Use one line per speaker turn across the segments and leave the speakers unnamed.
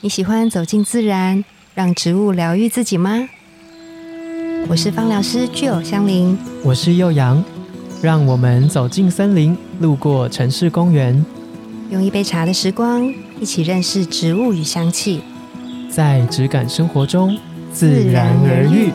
你喜欢走进自然，让植物疗愈自己吗？我是芳疗师具有香林，
我是幼阳，让我们走进森林，路过城市公园，
用一杯茶的时光，一起认识植物与香气。
在质感生活中自然而愈。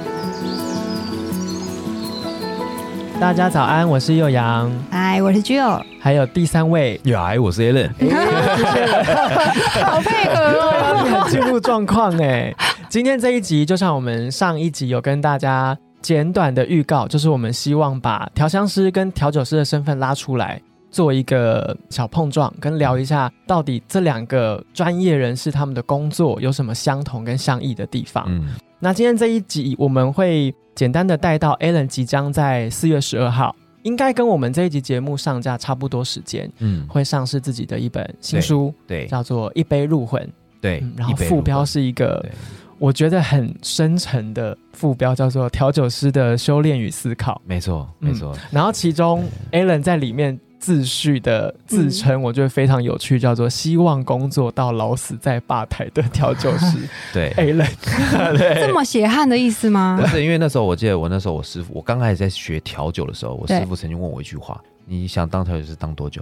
大家早安，我是幼阳，
嗨，我是具有，
还有第三位，
呀，我是 Alan，
好配合哦。
你很进入状况哎。今天这一集就像我们上一集有跟大家简短的预告，就是我们希望把调香师跟调酒师的身份拉出来，做一个小碰撞，跟聊一下到底这两个专业人士他们的工作有什么相同跟相异的地方。
嗯，
那今天这一集我们会简单的带到 Alan 即将在四月十二号，应该跟我们这一集节目上架差不多时间，
嗯，
会上市自己的一本新书，
对
叫做《一杯入魂》，
对
嗯，然后
一杯
副标
入
是一个
对
我觉得很深沉的副标，叫做《调酒师的修炼与思考
魂，没错
嗯
没错，》。
然后其中 Alan 在里面自序的自称，我觉得非常有趣，叫做“希望工作到老死在吧台的调酒师”。
对
Alan，
这么血汗的意思吗
但？是因为那时候我记得我那时候我师傅，我刚开始在学调酒的时候，我
对
师傅曾经问我一句话：你想当调酒师当多久？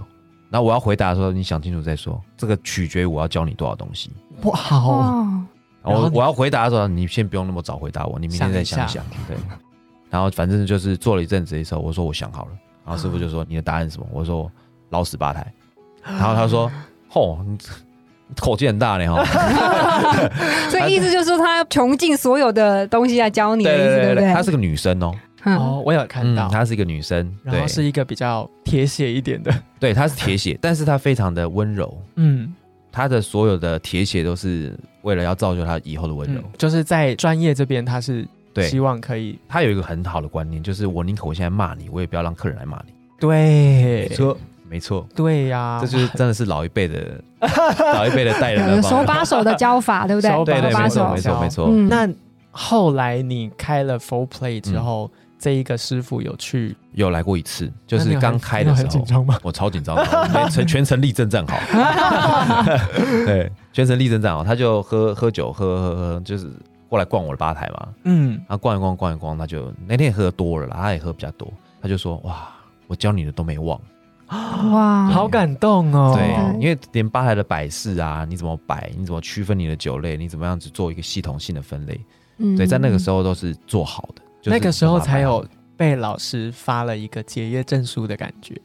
然后我要回答说：你想清楚再说，这个取决于我要教你多少东西。
哇，好，
哦，
然
然后
后
你
我要回答的时候，你先不用那么早回答我，你明天再想一
想
想。对，然后反正就是做了一阵子的时候，我说我想好了，然后师傅就说你的答案是什么？我说老死吧台。然后 他说：吼、你你口气很大呢哈。
所以意思就是说他穷尽所有的东西来教你的意思，对不
她是个女生哦，
嗯，
哦，我有看到
嗯，，她是一个女生，
然后
对
是一个比较铁血一点 的，
对，她是铁血，但是她非常的温柔，
嗯，
她的所有的铁血都是为了要造就她以后的温柔。
嗯就是在专业这边他是
对
希望可以
她有一个很好的观念，就是我宁可我现在骂你，我也不要让客人来骂你。
对
错，没错，
对呀，
这就是真的是老一辈 的老一辈的待人 的
有手
方法。
把手的教法，对不对？
手
对对，
手把
没
手
错，没错，没错。
嗯
那后来你开了 Full
嗯
Play 之后，这一个师傅有去，
有来过一次，就
那你
是
有
刚
很
开
你有
的时
很
候
紧，张吗？
我超紧张的，全程全程立正站好。 对，全程立正站好，他就喝喝酒，喝喝喝，就是过来逛我的吧台嘛。
嗯，
他逛一逛，逛一逛，他就那天也喝多了啦，他也喝比较多，他就说：“哇，我教你的都没忘。
哇，
好感动哦。
对
哦，
因为连吧台的摆饰啊，你怎么摆，你怎么区分你的酒类，你怎么样子做一个系统性的分类，
嗯
所以在那个时候都是做好的。就是
那个时候
把它摆
才
好
有被老师发了一个结业证书的感觉，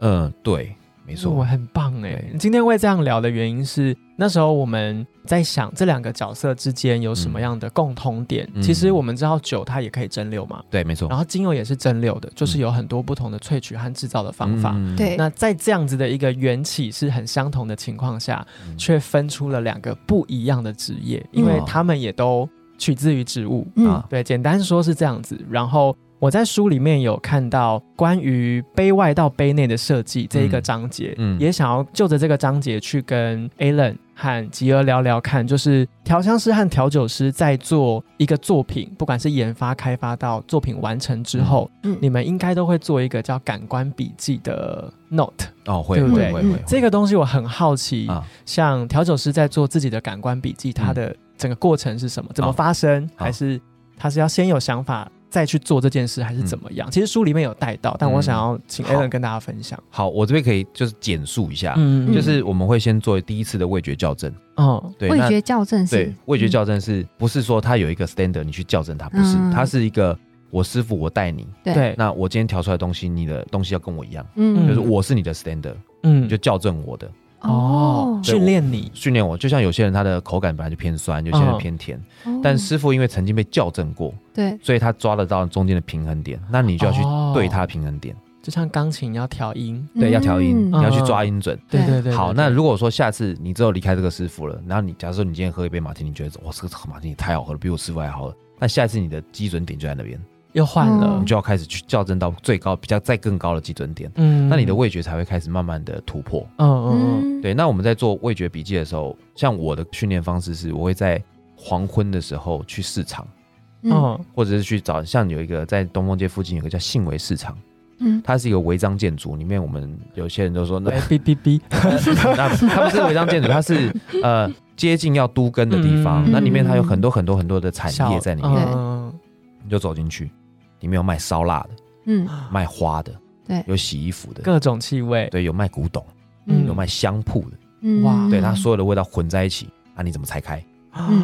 嗯，对，没
我
错，
很棒哎
对。
今天会这样聊的原因是，那时候我们在想这两个角色之间有什么样的共同点。
嗯
其实我们知道酒它也可以蒸馏嘛，
对，没错，
然后精油也是蒸馏的，就是有很多不同的萃取和制造的方法。
嗯
对
那在这样子的一个缘起是很相同的情况下，
嗯
却分出了两个不一样的职业，因为他们也都取自于植物。
嗯
啊
对，简单说是这样子。然后我在书里面有看到关于杯外到杯内的设计这一个章节，
嗯嗯
也想要就着这个章节去跟 Alan 和吉儿聊聊看，就是调香师和调酒师在做一个作品，不管是研发、开发到作品完成之后，
嗯
你们应该都会做一个叫感官笔记的 note。
哦，会
对不
会
对
会
嗯
会
这个东西我很好奇，
啊，嗯
像调酒师在做自己的感官笔记，它的整个过程是什么？怎
啊
么发生？
好
还是他是要先有想法再去做这件事，还是怎么样？其实书里面有带到，但我想要请
嗯好
Alan 跟大家分享。
好，我这边可以就是简述一下，
嗯
就是我们会先做第一次的味觉校正，
嗯
对，
味
那
觉校正是
对，味觉校正是不是说它有一个 standard 你去校正它？不是
嗯，
它是一个我师傅我带你，
对，
那我今天调出来的东西，你的东西要跟我一样，
嗯
就是我是你的 standard，
嗯
你就校正我的，
哦
哦，
对
训练你，
训练我。就像有些人他的口感本来就偏酸，有些
嗯
人偏甜，但师傅因为曾经被校正过，
哦对，
所以他抓得到中间的平衡点，那你就要去
哦
对它平衡点，
就像钢琴要调音，
对，要调音，
嗯
你要去抓音准。
对
对
对对。
好，
对
那如果说下次你之后离开这个师傅了，然后你假如说你今天喝一杯马提尼，你觉得哇这个马提尼太好喝了，比我师傅还好喝，那下一次你的基准点就在那边，
又换了
你
嗯，
就要开始去校正到最高、比较再更高的基准点，
嗯
那你的，味觉才会开始慢慢的突破。
嗯嗯嗯，
嗯，
对，那我们在做味觉笔记的时候，像我的训练方式是，我会在黄昏的时候去市场，
嗯
嗯
或者是去找像有一个在东风街附近有个叫信维市场，
嗯，
它是一个违章建筑，里面我们有些人都说那
喂，哔哔哔，
那它不是违章建筑，它是呃，接近要都根的地方，
嗯
那里面它有很多很多很多的产业在里面，
对
嗯
你就走进去，里面有卖烧腊的，
嗯，
卖花的，
对
有洗衣服的，
各种气味，
对，有卖古董，
嗯
有卖香铺的，
嗯
哇
对，它所有的味道混在一起，啊，你怎么拆开？
嗯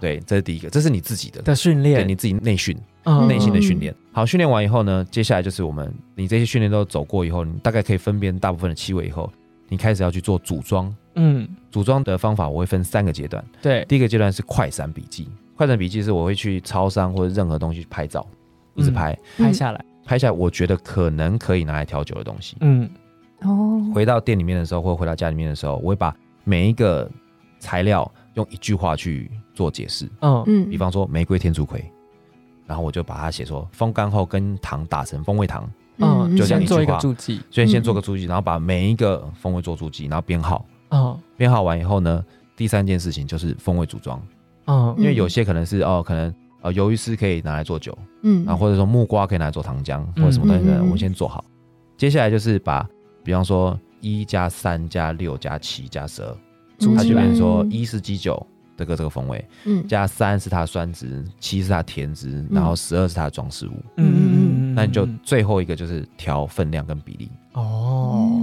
对，这是第一个，这是你自己 的，
的训
对
练，
你自己内训，
嗯
内心的训练。好，训练完以后呢，接下来就是我们你这些训练都走过以后，你大概可以分辨大部分的气味以后，你开始要去做组装。
嗯，
组装的方法我会分三个阶段，
对，
第一个阶段是快闪笔记，快闪笔记是我会去超商或者任何东西去拍照，一
嗯
直拍，
拍下来，
拍下来我觉得可能可以拿来调酒的东西。
嗯
哦，
回到店里面的时候，或回到家里面的时候，我会把每一个材料用一句话去做解释。
嗯
嗯，
比方说玫瑰天竺葵，然后我就把它写说风干后跟糖打成风味糖，
嗯，
就这
先
样一句
做一个
话
注记，
所以先做个注记，然后把每一个风味做注记，然后编号。
嗯
编号完以后呢，第三件事情就是风味组装，
嗯
因为有些可能是哦，可能呃鱿鱼丝可以拿来做酒，
嗯，
然后啊或者说木瓜可以拿来做糖浆
嗯
或者什么东
嗯
西
嗯
的，
嗯
我们先做好。接下来就是把，比方说一加三加六加七加十二，
组
它
起
就
来
变成说一是基酒这个这个风味，
嗯，
加三是它的酸值，七是它的甜值，然后十二是它的装饰物。
嗯嗯嗯，
那你就最后一个就是调分量跟比例。
哦。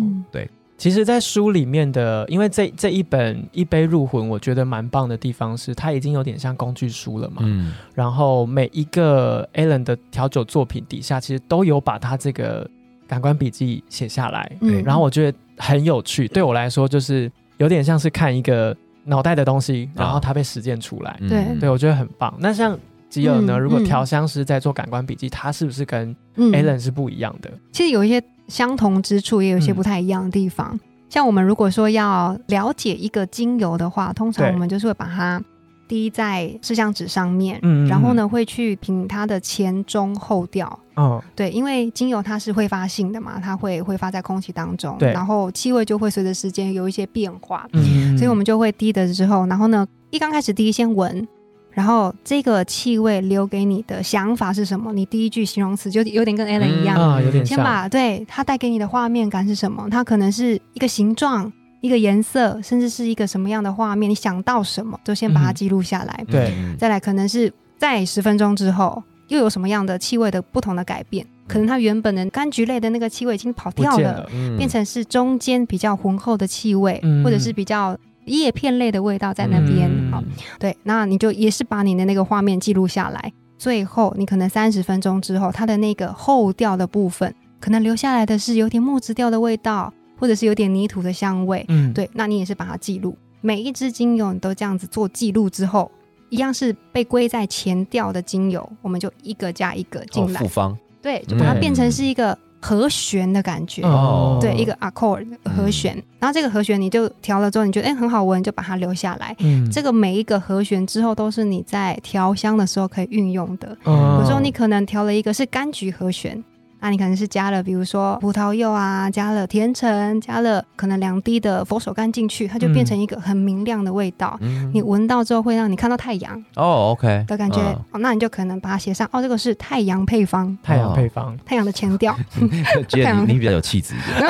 其实，在书里面的，因为这这一本《一杯入魂》，我觉得蛮棒的地方是，它已经有点像工具书了嘛。
嗯，
然后每一个 Alan 的调酒作品底下，其实都有把他这个感官笔记写下来。
嗯，
然后我觉得很有趣，对我来说就是有点像是看一个脑袋的东西，然后它被实践出来。
嗯
对
对，我觉得很棒。那像吉尔呢，
嗯
如果
嗯
调香师在做感官笔记，他是不是跟
嗯
Alan 是不一样的？
其实有一些相同之处，也有一些
嗯
不太一样的地方。像我们如果说要了解一个精油的话，通常
对
我们就是会把它滴在试香纸上面，
嗯嗯
然后呢会去品它的前中后调。
嗯，
对，因为精油它是挥发性的嘛，它会挥发在空气当中，
对
然后气味就会随着时间有一些变化，
嗯
所以我们就会滴的之后，然后呢，一刚开始滴先闻，然后这个气味留给你的想法是什么？你第一句形容词就有点跟 Alan 一样，
啊、有点
先
像，
把对它带给你的画面感是什么？它可能是一个形状、一个颜色，甚至是一个什么样的画面？你想到什么，就先把它
嗯
记录下来。
对
嗯
再来，可能是在十分钟之后，又有什么样的气味的不同的改变？可能它原本的柑橘类的那个气味已经跑
嗯不
掉
见
了，
了，
嗯
变成是中间比较浑厚的气味，
嗯
或者是比较叶片类的味道在那边。
嗯
好、对，那你就也是把你的那个画面记录下来，最后你可能三十分钟之后，它的那个后调的部分，可能留下来的是有点木质调的味道，或者是有点泥土的香味。
嗯，
对，那你也是把它记录。每一支精油你都这样子做记录之后，一样是被归在前调的精油，我们就一个加一个
哦
进来，
复方，
对，就把它
对
变成是一个和弦的感觉。
哦，
对，一个 accord 的和弦，然后这个和弦你就调了之后，你觉得哎、很好闻，就把它留下来。
嗯，
这个每一个和弦之后都是你在调香的时候可以运用的。
嗯，
比
有
如说你可能调了一个是柑橘和弦，那你可能是加了比如说葡萄柚啊，加了甜橙，加了可能两滴的佛手柑进去，它就变成一个很明亮的味道。
嗯
哦你闻到之后会让你看到太阳
哦，OK
的感觉，哦，那你就可能把它写上哦，这个是太阳配方，
太阳配方
太阳的前 调。
嗯 觉得你你比较有气质一点，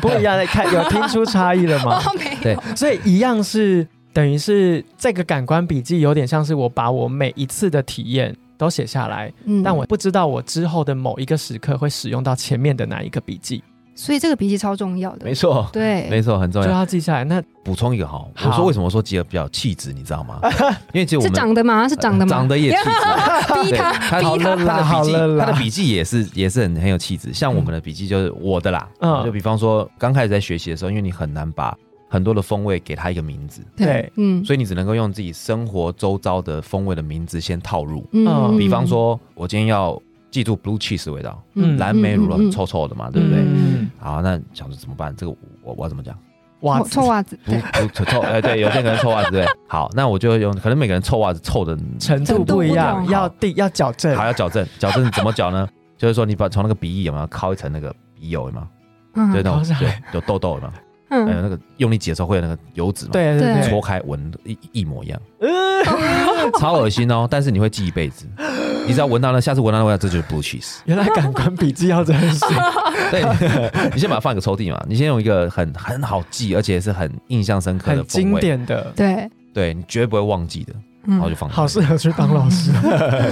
不一样的，看有听出差异了 吗？
哦，没有，
对
所以一样是等于是这个感官笔记，有点像是我把我每一次的体验都写下来，
嗯
但我不知道我之后的某一个时刻会使用到前面的哪一个笔记，
所以这个笔记超重要的。
没错，
对，
没错，很重
就
要。
要记下来。那
补充一个哈，
好
我说为什么说吉尔比较有气质，你知 道吗？因为其实我
是
们呃
长得吗？是长得吗？
长得也气质，
逼
对
他，
他
逼
好
他
了，啦
他的笔记
好了，啦
他的笔记也是也是很很有气质。像我们的笔记就是我的啦，
嗯
就比方说刚开始在学习的时候，因为你很难把很多的风味给它一个名字，
对，
嗯，
所以你只能够用自己生活周遭的风味的名字先套入。
嗯
呃比方，说，我今天要记住 blue cheese 的味道，
嗯
蓝莓乳酪很臭臭的嘛，对不对？
嗯
好，那想说怎么办？这个我我我要怎么讲？
袜
臭
子
臭袜子，
不
对，
不 臭臭，哎，对，有些人臭袜子，对。好，那我就用，可能每个人臭袜子臭的
程度
程度
不一
不
样，
同
要定要矫正。
还要矫正，矫正怎么矫呢？就是说你把从那个鼻翼有没有敲一层那个鼻油有没有？
嗯
就是那
敲
种
上
对有痘痘有没有？还有
嗯，
那个用力挤的时候会有那个油脂嘛，，
对
对
对，
搓开闻一一模一样，
呃
超恶心哦，但是你会记一辈子，你只要闻到那，下次闻到那味道，这就是 blue cheese。
原来感官笔记要这样 写，
对，你先把它放一个抽屉嘛，你先用一个很很好记，而且是很印象深刻
很
的风
经
味，
典的，
对，
对你绝对不会忘记的，然后就
嗯，
放进去
好适合去当老 师，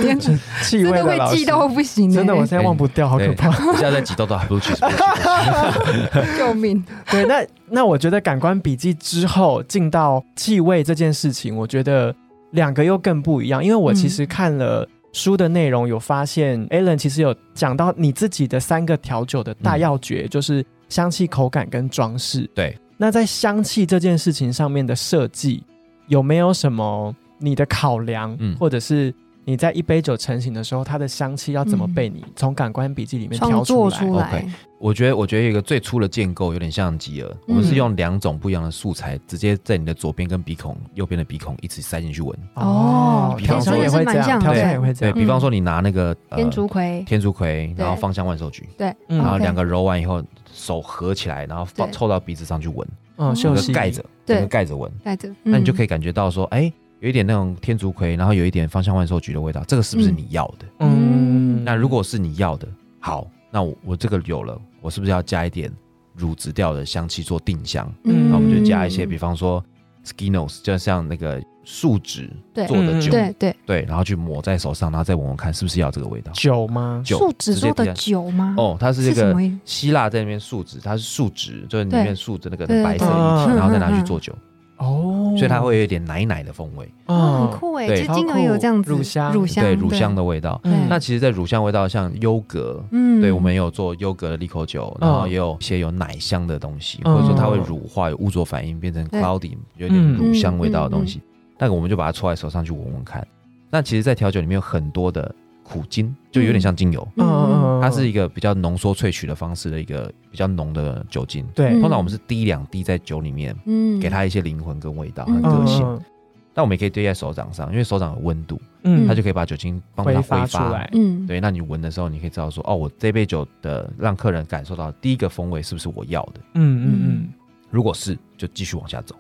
天哪
气
真的
味的
会
老师
记，到不行欸，
真的我现在忘不掉，好可
对
怕。
你现在在挤痘痘还 blue cheese，blue cheese
救命！
对，那那我觉得感官笔记之后进到气味这件事情，我觉得两个又更不一样，因为我其实看了书的内容，有发现 Alan 其实有讲到你自己的三个调酒的大要诀，就是香气、口感跟装饰。
嗯对，
那在香气这件事情上面的设计，有没有什么你的考量，
嗯
或者是？你在一杯酒成型的时候，它的香气要怎么
嗯
被你从感官笔记里面
创
挑出
作
来？
出来
OK，我觉得，我觉得有一个最初的建构有点像吉尔，
嗯
我们是用两种不一样的素材，直接在你的左边跟鼻孔、右边的鼻孔一起塞进去闻。
哦
调香也会这
比方说是蛮
样，
像的
调香也会这
对
样，
比方说，你拿那个
嗯
呃
天竺葵，
天竺葵，
对
然后芳香万寿菊，
对，
嗯
然后
OK
啊两个揉完以后，手合起来，然后放
对
凑到鼻子上去闻，
嗯，
整
休
个
息
盖着，
对嗯
整个盖着闻，
带着，
那你就可
以，
以感觉到说，哎，有一点那种天竺葵，然后有一点芳香万寿菊的味道，这个是不是
嗯
你要的？
嗯，
那如果是你要的，好，那我我这个有了，我是不是要加一点乳质调的香气做定香？
嗯
那我们就加一
嗯
些，比方说 skinos，就像那个树脂
对
做的酒，
对对，
对然后去抹在手上，然后再闻闻看是不是要这个味道。
酒吗？
酒
树脂
直接
做的
滴下
酒吗？
哦，它是这
什
个
么意思？
希腊在那边树脂，它是树脂，就是里
对
面树脂那个
对对
白色
对
液体，
嗯
然后再拿去做酒，
哦，
所以它
嗯
会有一点奶奶的风味，
哦，
嗯
很酷哎，
对
其
哦
实
超
金额有
酷
这样子
乳香
乳香，
对乳香，的味道。
嗯
那其实，在乳香味道，像优格，
嗯，哦
对我们也有做优格的利口酒，然后也有一些有奶香的东西，或者说它会乳化，有污浊反应变成
对
cloudy，有点乳香味道的东西。
嗯
那个我们就把它搓在手上去闻闻看。那其实，在调酒里面有很多的苦精，就有点像精油，
嗯嗯嗯，
它是一个比较浓缩萃取的方式的一个比较浓的酒精。
对嗯
通常我们是滴两滴在酒里面，
嗯，
给它一些灵魂跟味道
嗯
和个性。
嗯
那我们也可以滴在手掌上，因为手掌有温度，
嗯，
它就可以把酒精帮它
挥
挥发
发出来，
嗯，
对，那你闻的时候，你可以知道说，哦，我这杯酒的让客人感受到第一个风味是不是我要的？
嗯嗯嗯，
如果是，就继续往下走。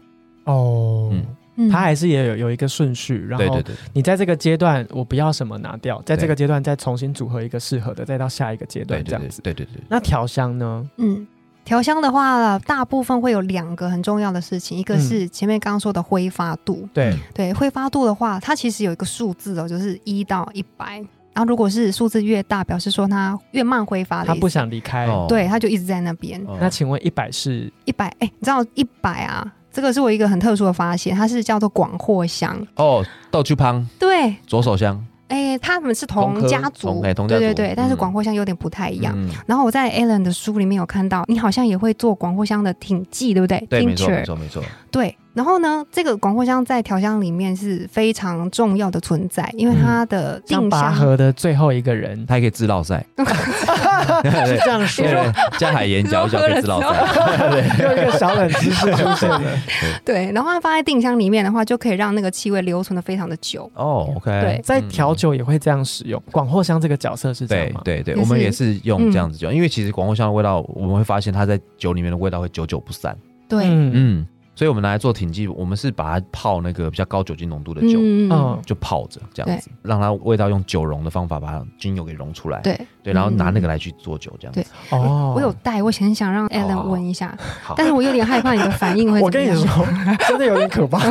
哦，
嗯
嗯，
它还是也有有一个顺序，然
对
后
对对，
你在这个阶段我不要什么拿掉，在
对
这个阶段再重新组合一个适合的，再到下一个阶
对对
段这
对
样子。
对对对。
那调香呢？
嗯。调香的话，大部分会有两个很重要的事情，一
嗯
个是前面刚刚说的挥发度，
对，
对挥发度的话，它其实有一个数字哦，就是一到一百。然后如果是数字越大，表示说它越慢挥发的
他
意思
不想离开。
哦
对，它就一直在那边。
哦
那请问一百是
一百，哎，你知道一百啊？这个是我一个很特殊的发现，它是叫做广藿香。
哦，豆去汤
对，
左手香，
哎，他们是
同科
同家族，
同哎同家族
对对对，但是
嗯
广藿香有点不太一样。
嗯，
然后我在 Alan 的书里面有看到，你好像也会做广藿香的挺剂，对不对？
对，没错
Tincture
没错没错，
对，然后呢，这个广藿香在调香里面是非常重要的存在，因
嗯
为它的
像
定
拔
香，
河的最后一个人，
它还可以治 落晒，
是
对
这样说
对，对加海盐嚼一嚼可以治落
你说
晒，
又一个小冷知识出现了。
对，然后它放在定香里面的话，就可以让那个气味留存的非常的久。
哦，OK，
对
在
嗯
调。酒也会这样使用。广藿香这个角色是这样
对
吗？
对对，
也
我们
是嗯
也是用这样子酒，因为其实广藿香的味道，我们会发现它在酒里面的味道会久久不散。
对，
嗯
嗯，所以我们拿来做挺剂，我们是把它泡那个比较高酒精浓度的酒，
嗯
嗯，
就泡着这样子，让它味道用酒溶的方法把它精油给溶出来。
对
对然后拿那个
来。
来去做酒这样子。
哦，
嗯我有带，我很想让
好
Alan
好好
闻一下，
好，
但是我有点害怕你的反 应会
我
怎么
跟你
样，
说， 真的有点可怕。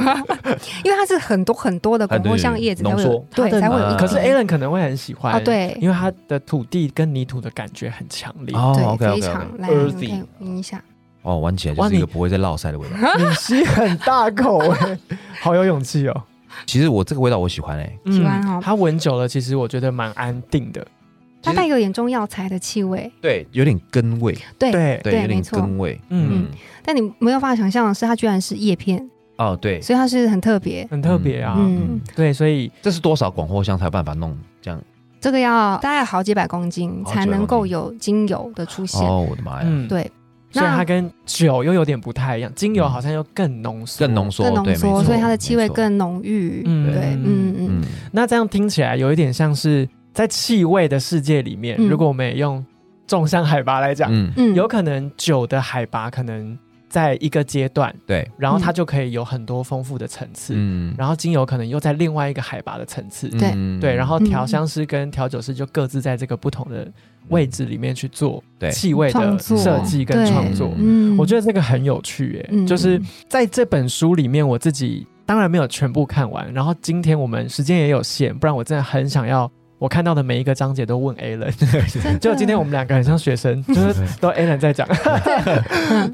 因为它是很多很多的
啊
广藿香叶子才会有，
它
对，
的
才会有一个。
嗯
可是 Alan 可能会很喜欢
哦，，对，
因为它的土地跟泥土的感觉很强烈。
对
哦，OK
非
OK
常
OK，
来，我们可
Earthy
以闻一下，
哦，玩起来就
哇
是一个
你
不会再落腮 的味道。
你吸 很大口，哎，好有勇气哦。
其实我这个味道我喜欢哎，
喜欢哦
它闻久了，其实我觉得蛮安定的。
它带有点中药材的气味，
对，有点根味，
对
对
对，有
没
点
错。
根味。
嗯
嗯，
但你没有办法想象的是，它居然是叶片，
哦，对，
所以它是很特别。
很特别啊。
嗯
嗯，
对，所以
这是多少广藿香才有办法弄这样？
这个要大概好几百公斤
好
才
几百
能
公
够
斤
有精油的出现。
哦，我的妈呀！
嗯，，
对，
所以
那
它跟酒又有点不太一样，精油
嗯
好像又更浓缩，
更浓缩，
更
对，
浓
没
缩，
错，
所以它的气味
没错。
更浓郁。
嗯
对，嗯嗯。
嗯，
那这样听起来有一点像是在气味的世界里面，
嗯
如果我们也用纵向海拔来讲，
嗯，
嗯
有可能酒的海拔可能在一个阶段，
对，
然后它
嗯
就可以有很多丰富的层次，
嗯，
然后精油可能又在另外一个海拔的层次，
对
嗯
对，然后调
嗯
香师跟调酒师就各自在这个不同的位置里面去做
嗯对
气味
创
的
作
设计跟
对
创作。
嗯
我觉
得
得这个很有趣、耶，
嗯
就是在这本书里面，我自己当然没有全部看完，然后今天我们时间也有限，不然我真的很想要。我看到的每一个章节都问 a l a n 就今天我们两个很像学生，就是都 a l a n 在讲。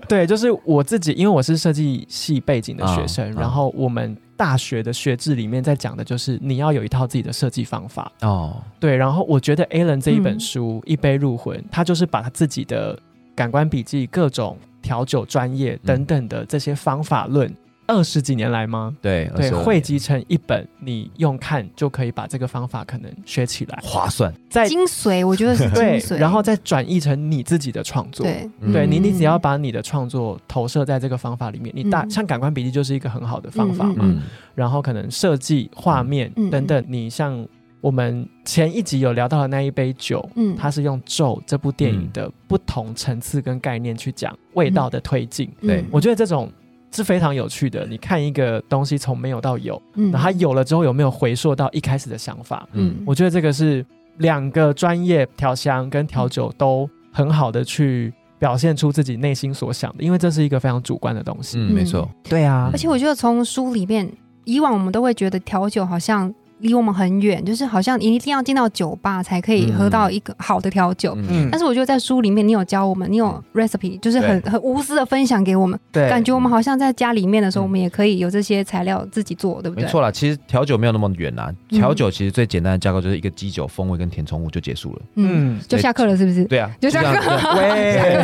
对，就是我自己，因为我是设计系背景的学生，
嗯嗯
然后我们大学的学制里面在讲的就是你要有一套自己的设计方法。
哦，
对，然后我觉得 Alan 这一本
嗯
书《一杯入魂》，他就是把他自己的感官笔记、各种调酒专业等等的这些方法论，二十、几年来吗？
对
对，
22
汇集成一本，你用看就可以把这个方法可能学起来，
划算，
再
精髓，我觉得是精
对，
髓，
然后再转译成你自己的创作。
对
嗯
对你，你只要
嗯
把你的创作投射在这个方法里面，你大
嗯
像感官笔记就是一个很好的方法嘛。
嗯
嗯，
然后可能设计、画面
嗯
等等。你像我们前一集有聊到的那一杯酒，
嗯
它是用《咒》这部电影的不同层次跟概念去讲味道的推进。
嗯
对
我觉得这种是非常有趣的。你看一个东西从没有到有，
嗯
那它有了之后有没有回溯到一开始的想法？
嗯
我觉得这个是两个专业调香跟调酒都很好的去。表现出自己内心所想的，因为这是一个非常主观的东西。
嗯，没错，
对啊
而且我觉得从书里面，以往我们都会觉得调酒好像离我们很远，就是好像你一定要进到酒吧才可以喝
嗯
到一个好的调酒。
嗯
但是我觉得在书里面，你有教我们，你
嗯
有 recipe，就是很很无私的分享给我们，
对，
感觉我们好像在家里面的时候，
嗯
我们也可以有这些材料自己做，对不
没
对？
错啦，其实调酒没有那么远啦，调酒其实最简单的架构就是一个基酒、风味跟填充物就结束了。
嗯，
嗯，
就下课了，是不是？
对啊，
就像
这样，
喂，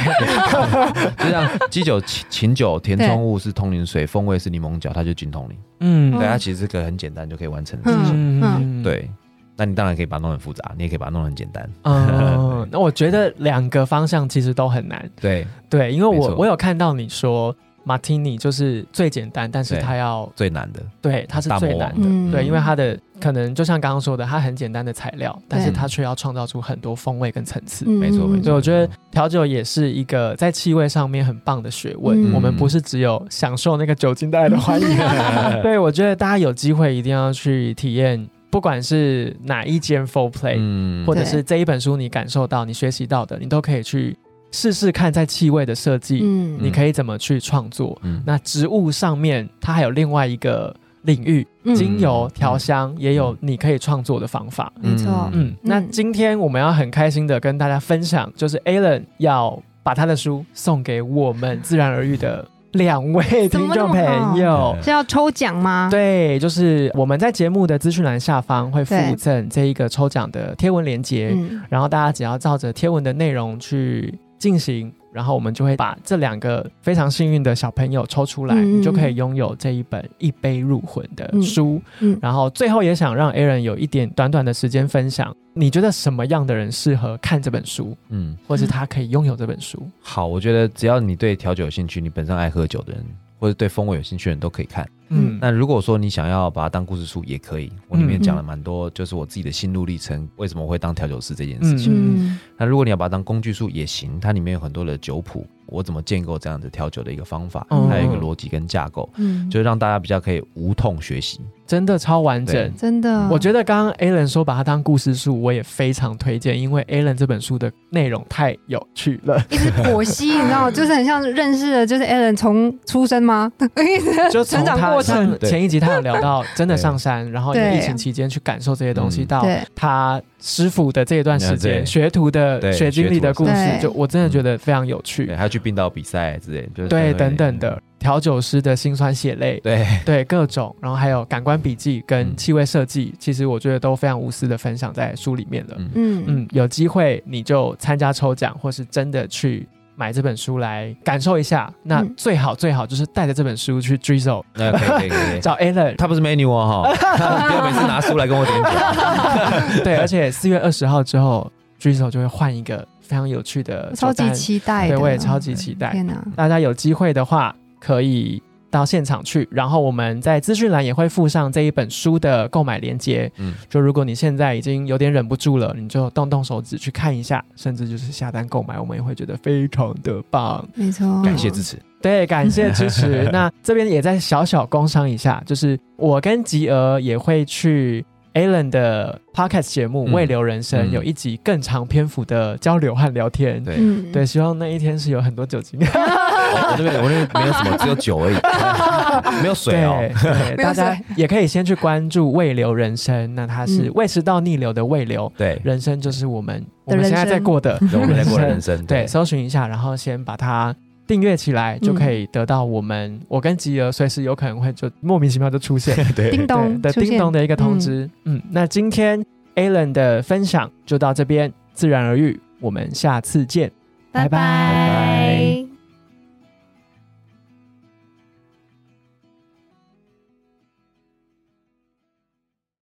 就像基酒、琴琴酒、填充物是通灵水，风味是柠檬角，它就金通灵。
嗯
哦
对，它其实这个很简单就可以完成的事情。
嗯嗯，
对，那你当然可以把它弄很复杂，你也可以把它弄很简单。
哦，那我觉得两个方向其实都很难，
对，
对，因为
没
我
错
我有看到你说马提尼就是最简单，但是
对
它要
最难的，
对，它是
大魔
最
王
难的，
嗯
对，因为它的可能就像刚刚说的，它很简单的材料，但是
对
它却要创造出很多风味跟层次。
嗯
没错没错
对，我觉得调酒也是一个在气味上面很棒的学问。
嗯
我们不是只有享受那个酒精带来的欢愉， 对我觉得大家有机会一定要去体验，不管是哪一间 full play，、
嗯
或者
对
是这一本书你感受到、你学习到的，你都可以去试试看，在气味的设计，
嗯
你可以怎么去创作。
嗯
那植物上面，它还有另外一个领域，
嗯
精油
嗯
调香、也有你可以创作的方法。
没错，
嗯，那今天我们要很开心的跟大家分享，就是 Alan 要把他的书送给我们自然而愈的两位
怎
听
么
众
那么好
朋友。
是要抽奖吗？，
对，就是我们在节目的资讯栏下方会附
对
赠这一个抽奖的贴文链接，
嗯，
然后大家只要照着贴文的内容去进行，然后我们就会把这两个非常幸运的小朋友抽出来，
嗯
你就可以拥有这一本《一杯入魂》的书。
嗯嗯
然后最后也想让 Aaron 有一点短短的时间分享，你觉得什么样的人适合看这本书，
嗯，
或是他可以拥有这本书？
好，我觉得只要你对调酒有兴趣，你本身爱喝酒的人，或者对风味有兴趣的人都可以看。
嗯
嗯，
那如果说你想要把它当故事书，也可以。我里面
嗯
讲了蛮多，就是我自己的心路历程，为什么我会当调酒师这件事
嗯
情。
嗯
那如果你要把它当工具书也行，它里面有很多的酒谱，我怎么建构这样的调酒的一个方法，
嗯
还有一个逻辑跟架构，
嗯，
就是让大家比较可以无痛学习。
真的超完整
对。
真的，
我觉得刚刚 Alan 说把它当故事书，我也非常推荐，因为 Alan 这本书的内容太有趣了，
一直剖析，你知 道，就是很像认识了，就是 Alan 从出生吗？
就从
成长
他
过
像
程，
对
前一集他有聊到，真的上山，然后因为
对
疫情期间去感受这些东西，
嗯
到
对，
他师傅的这一段时间，
对
学徒的
对
学经历的故
学徒
事
的，
就我真的觉得非常有趣
对，，还要去冰岛比赛之类，就是
对，等等的。调酒师的辛酸血泪，
对，
对各种，然后还有感官笔记跟
嗯
气味设计，其实我觉得都非常无私的分享在书里面了。
嗯
嗯
嗯，有机会你就参加抽奖，或是真的去买这本书来感受一下。那
嗯
最好最好就是带着这本书去 Drizzle
那可以可以可以。
找 Alan，
他不是 menu 哦哈，不 要每次拿书来跟我点 酒。
对，而且四月二十号之后 Drizzle 就会换一个非常有趣的
超
抽
级
单
期待的，
对我也超级期待。
天哪，
大家有机会的话，可以到现场去。然后我们在资讯栏也会附上这一本书的购买链接。
嗯，
就如果你现在已经有点忍不住了，你就动动手指去看一下，甚至就是下单购买，我们也会觉得非常的棒。
没错，
感谢支持。
对，感谢支持。那这边也再小小工商一下，就是我跟吉儿也会去 Alan 的 Podcast 节目
嗯
《未留人生》
嗯
有一集更长篇幅的交流和聊天。
对，
嗯，
对，希望那一天是有很多酒 精。
我我这边我这边没有什么，只有酒而已， 没有水哦。
对，对
没有水
大家也可以先去关注胃流人生，那它是
嗯
胃食道逆流的胃流，
对，，
人生就是我们我
的
们
人
现在在
生
过的
我们在过的人生，
对，搜寻一下，然后先把它。订阅起来
嗯
就可以得到我们，我跟吉儿随时有可能会就莫名其妙就出现
对
叮
对
咚
的
出现
叮咚的一个通知。嗯那今天 Alan 的分享就到这边，自然而愈，我们下次见，拜拜
拜拜